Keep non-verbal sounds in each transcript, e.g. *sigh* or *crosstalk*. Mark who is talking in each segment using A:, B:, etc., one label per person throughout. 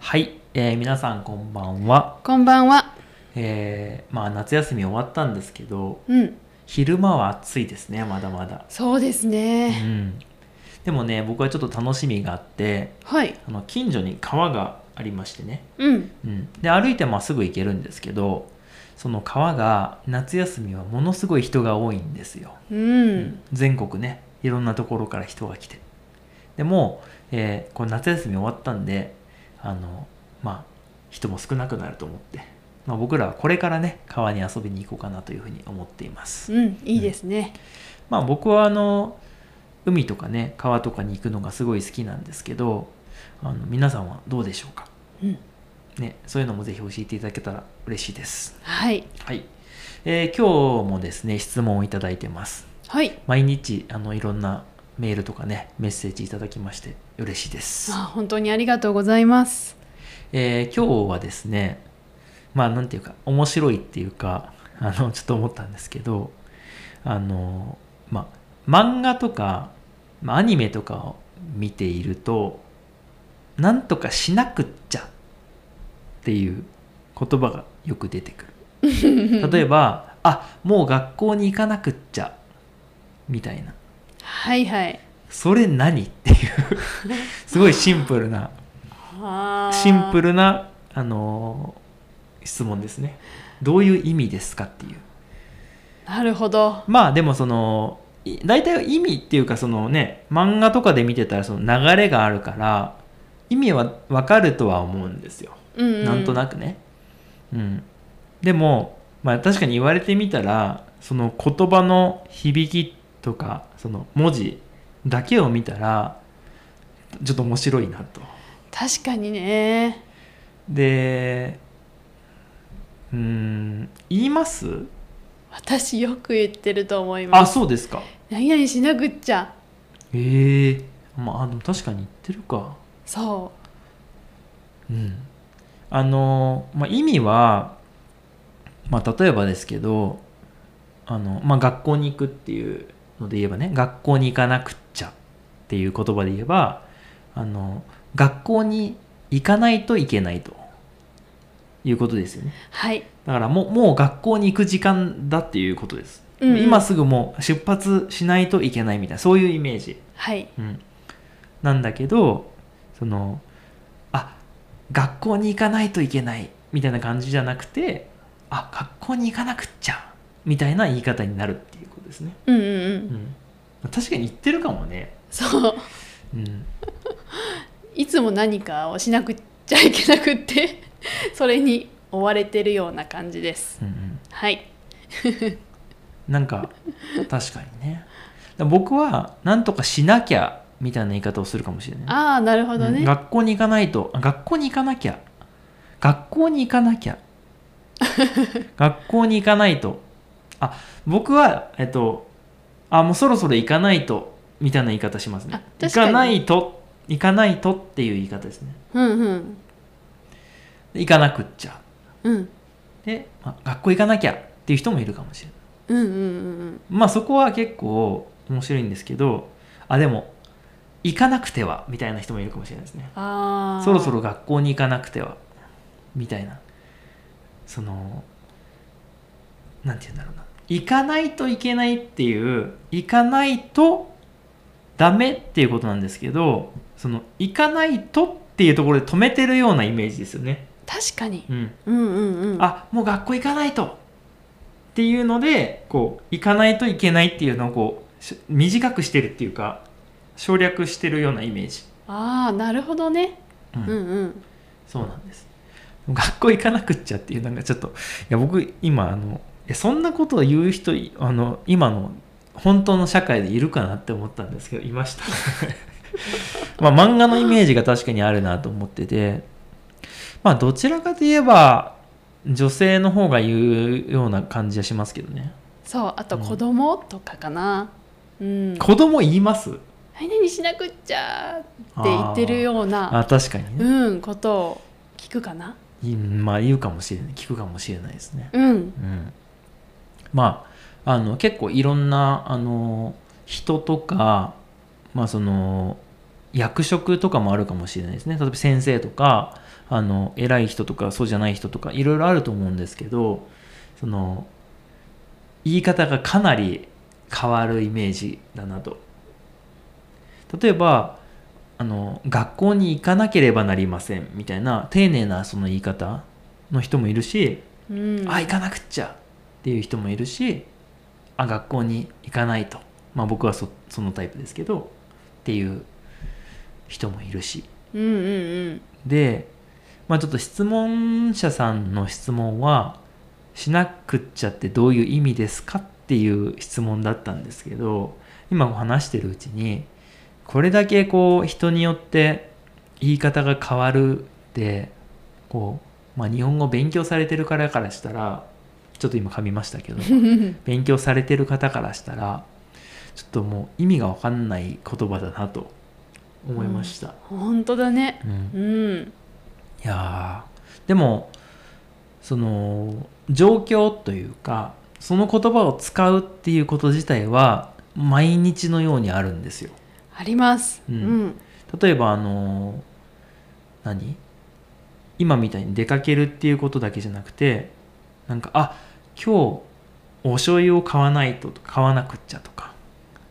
A: はい、えー皆さんこんばんは、
B: こんばんは。
A: えーまあ夏休み終わったんですけど
B: うん、
A: 昼間は暑いですねまだまだ、
B: そうです
A: う
B: ね。
A: ん、でもね僕はちょっと楽しみがあって
B: はい。
A: あの近所に川がありましてね、
B: うん。
A: うん、で歩いてまっすぐ行けるんですけどその川が夏休みはものすごい人が多いんですよ、
B: う。
A: うん全国ねいろんなところから人が来てでも、えーこう夏休み終わったんであのまあ人も少なくなると思って、まあ、僕らはこれからね川に遊びに行こうかなというふうに思っています、
B: うん、いいですね。
A: まあ僕はあの海とかね川とかに行くのがすごい好きなんですけどあの皆さんはどうでしょうか、
B: うん
A: ね、そういうのもぜひ教えていただけたら嬉しいです
B: はい。
A: はい、えー今日もですね質問をいただいてます
B: はい。
A: 毎日あのいろんなメールとかねメッセージいただきまして嬉しいです、
B: あ、本当にありがとうございます。
A: えー今日はですねまあなんていうか面白いっていうかあのちょっと思ったんですけどあのまあ漫画とか、まあ、アニメとかを見ているとなんとかしなくっちゃっていう言葉がよく出てくる例えば「あもう学校に行かなくっちゃ」みたいな
B: はいはい。
A: それ何っていうすごいシンプルな
B: あー
A: シンプ。ルなあのー質問ですねどういう意味ですかっていう
B: なるほど。
A: まあでもそのい大体意味っていうかそのね漫画とかで見てたらその流れがあるから意味はわかるとは思うんですよ
B: うん、うん。
A: なんとな
B: く。
A: くねうんでもまあ確かに言われてみたらその言葉の響きとかその文字だけを見たらちょっと面白いなと
B: 確かにね。
A: でうーん言います
B: 私よく言ってると思いま
A: あ
B: す。
A: そうですか
B: 何々しなくっちゃ。
A: ええまああでも確かに言ってるか
B: そ
A: うんあのまあ意味はまあ例えばですけどあのまあ学校に行くっていうので言えばね学校に行かなくっちゃっていう言葉で言えばあの学校に行かないといけないということですよね
B: う。はい。
A: だからもうもう学校に行く時間だっていうことです、
B: うんうん
A: 今すぐもう出発しないといけないみたいなそういうイメージ、
B: はい。
A: うん、なんだけどそのあ学校に行かないといけないみたいな感じじゃなくてあ学校に行かなくっちゃみたいな言い方になるっていうことですね、
B: うんうんう。
A: うんん、確かに言ってるかもね、
B: そう。
A: うん、
B: いつも何かをしなくっちゃいけなくって、それに追われてるような感じです。
A: うんうん
B: はい。
A: なんか確かにねだから僕はなんとかしなきゃみたいな言い方をするかもしれない
B: ああ、なるほど
A: うん
B: ね。
A: 学校に行かないとあ学校に行かなきゃ学校に行かなき
B: *laughs*
A: ゃ学校に行かないとあ僕はえっとあもうそろそろ行かないとみたいな言い方します
B: あ
A: ね行
B: 確かに
A: かないと行かないとっていう言い方ですね
B: うんうん
A: で行かなくっちゃ
B: うん
A: で、まあ学校行かなきゃっていう人もいるかもしれない
B: うんうんうん
A: まあそこは結構面白いんですけどあでも行かなくてはみたいな人もいるかもしれないですね
B: ああ
A: そろそろ学校に行かなくてはみたいなそのなんて言うんだろうな行かないといけないっていう行かないとダメっていうことなんですけどその行かないとっていうところで止めてるようなイメージですよね、
B: 確かに
A: うん、
B: うんうんうん
A: あもう学校行かないとっていうのでこう行かないといけないっていうのをこうし短くしてるっていうか省略してるようなイメージ、
B: あーなるほどね
A: うん
B: うんうん
A: そうなんです学校行かなくっちゃっていうなんかちょっといや僕今あのえそんなことを言う人いあの今の本当の社会でいるかなって思ったんですけどいま
B: *laughs*
A: したまあ漫画のイメージが確かにあるなと思っててまあどちらかといえば女性の方が言うような感じはしますけどね
B: そうあと子供とかかなうん
A: 子供言いますって
B: 何々しなくっちゃーって言ってるよう
A: あ
B: な
A: ー確かにね、
B: うんことを聞くかな
A: うん、まあ言うかもしれない聞くかもしれないですね
B: うん
A: うん、まああの結構いろんなあの人とか、まあ、その役職とかもあるかもしれないですね例えば先生とかあの偉い人とかそうじゃない人とかいろいろあると思うんですけどその言い方がかなり変わるイメージだなと例えばあの学校に行かなければなりませんみたいな丁寧なその言い方の人もいるし、
B: うん、
A: あ行かなくっちゃっていう人もいるしあ学校に行かないと、まあ、僕はそそのタイプですけどっていう人もいるし
B: うんうんうん
A: で、まあ、ちょっと質問者さんの質問は「しなくっちゃってどういう意味ですか?」っていう質問だったんですけど今話してるうちにこれだけこう人によって言い方が変わるってこう、まあ、日本語勉強されてるからからしたらちょっと今噛みました *laughs* けど勉強されてる方からしたらちょっともう意味が分かんない言葉だなと思いました。
B: *laughs* 本当だね
A: うん
B: うん
A: いやーでもその状況というかその言葉を使うっていうこと自体は毎日のようにあるんですよ
B: あります
A: う
B: うんん
A: 例えばあのー何今みたいに出かけるっていうことだけじゃなくてなんかあ今日お醤油を買わないととか買わなくっちゃとか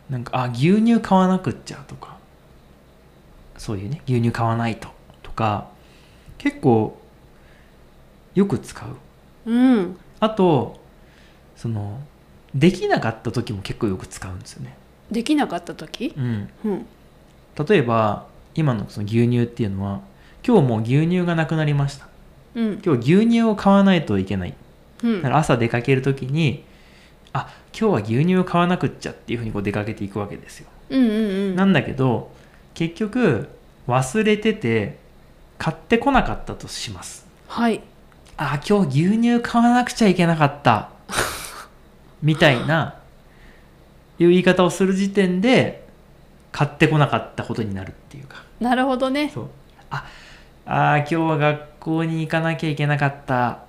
A: なんかあ牛乳買わなくっちゃとかそういうね牛乳買わないととか結構よく使う
B: うん
A: あとそのできなかった時も結構よく使うんですよね
B: できなかった時
A: うん
B: うん
A: 例えば今のその牛乳っていうのは今日もう牛乳がなくなりました
B: うん
A: 今日牛乳を買わないといけない
B: うん
A: だから朝出かける時にあ今日は牛乳を買わなくっちゃっていうふうにこう出かけていくわけですよ
B: うんうんう
A: なんんだけど結局忘れてて買ってこなかったとします
B: はい
A: あ今日牛乳買わなくちゃいけなかった
B: *laughs*
A: みたいないう言い方をする時点で買ってこなかったことになるっていうか
B: なるほどね
A: そうああー今日は学校に行かなきゃいけなかった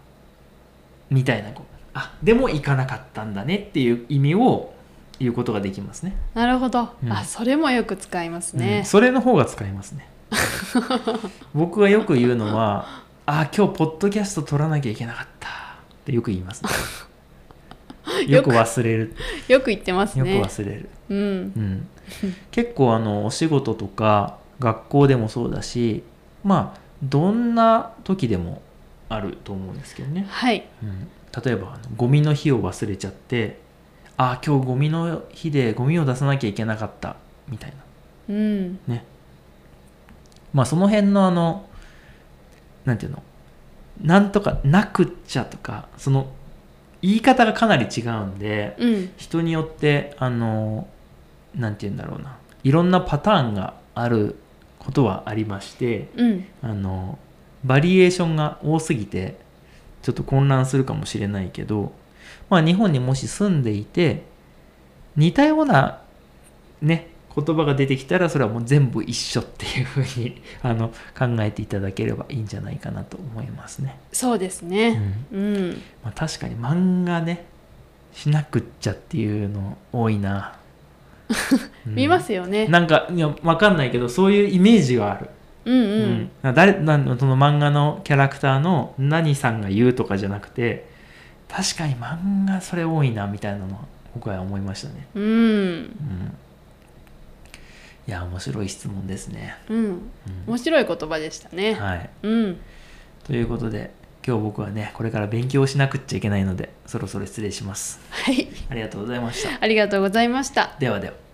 A: みたいなこうあでも行かなかったんだねっていう意味を言うことができますね
B: なるほど
A: うん
B: あそれもよく使います
A: うん
B: ね
A: それの方が使えますね *laughs* 僕がよく言うのはあー今日ポッドキャスト撮らなきゃいけなかったってよく言い *laughs* ます、ね、よ
B: よ
A: く
B: く
A: 忘れる
B: よく言ってます
A: よく
B: ね
A: 忘れる
B: うん
A: うん、結構あのお仕事とか学校でもそうだしまあどんな時でもあると思うんですけどね、
B: はい
A: うん、例えばあのゴミの日を忘れちゃってああ今日ゴミの日でゴミを出さなきゃいけなかったみたいな
B: うん
A: まあその辺のあのなんていうのなんとかなくっちゃとかその言い方がかなり違うんで
B: うん
A: 人によってあのなんて言うんだろうないろんなパターンがあることはありまして
B: うん
A: あのバリエーションが多すぎてちょっと混乱するかもしれないけど、まあ、日本にもし住んでいて似たようなね言葉が出てきたらそれはもう全部一緒っていうふうにあの考えていただければいいんじゃないかなと思いますね。
B: そうです
A: う
B: ね
A: ん
B: うん
A: まあ、確かに漫画ねしなくっちゃっていうの多い
B: *laughs*
A: な、うん
B: 見ますよね
A: なんかいやわかんないけどそういうイメージがある、
B: うんう
A: うんな誰なんその漫画のキャラクターの何さんが言うとかじゃなくて確かに漫画それ多いなみたいなのは僕は思いましたね、
B: うん
A: うん、いや面白い質問ですね、
B: うん
A: うん
B: 面白い言葉でしたね
A: はい、
B: うん
A: ということで今日僕はねこれから勉強しなくっちゃいけないのでそろそろ失礼します
B: はい
A: ありがとうございました
B: ありがとうございました
A: ではでは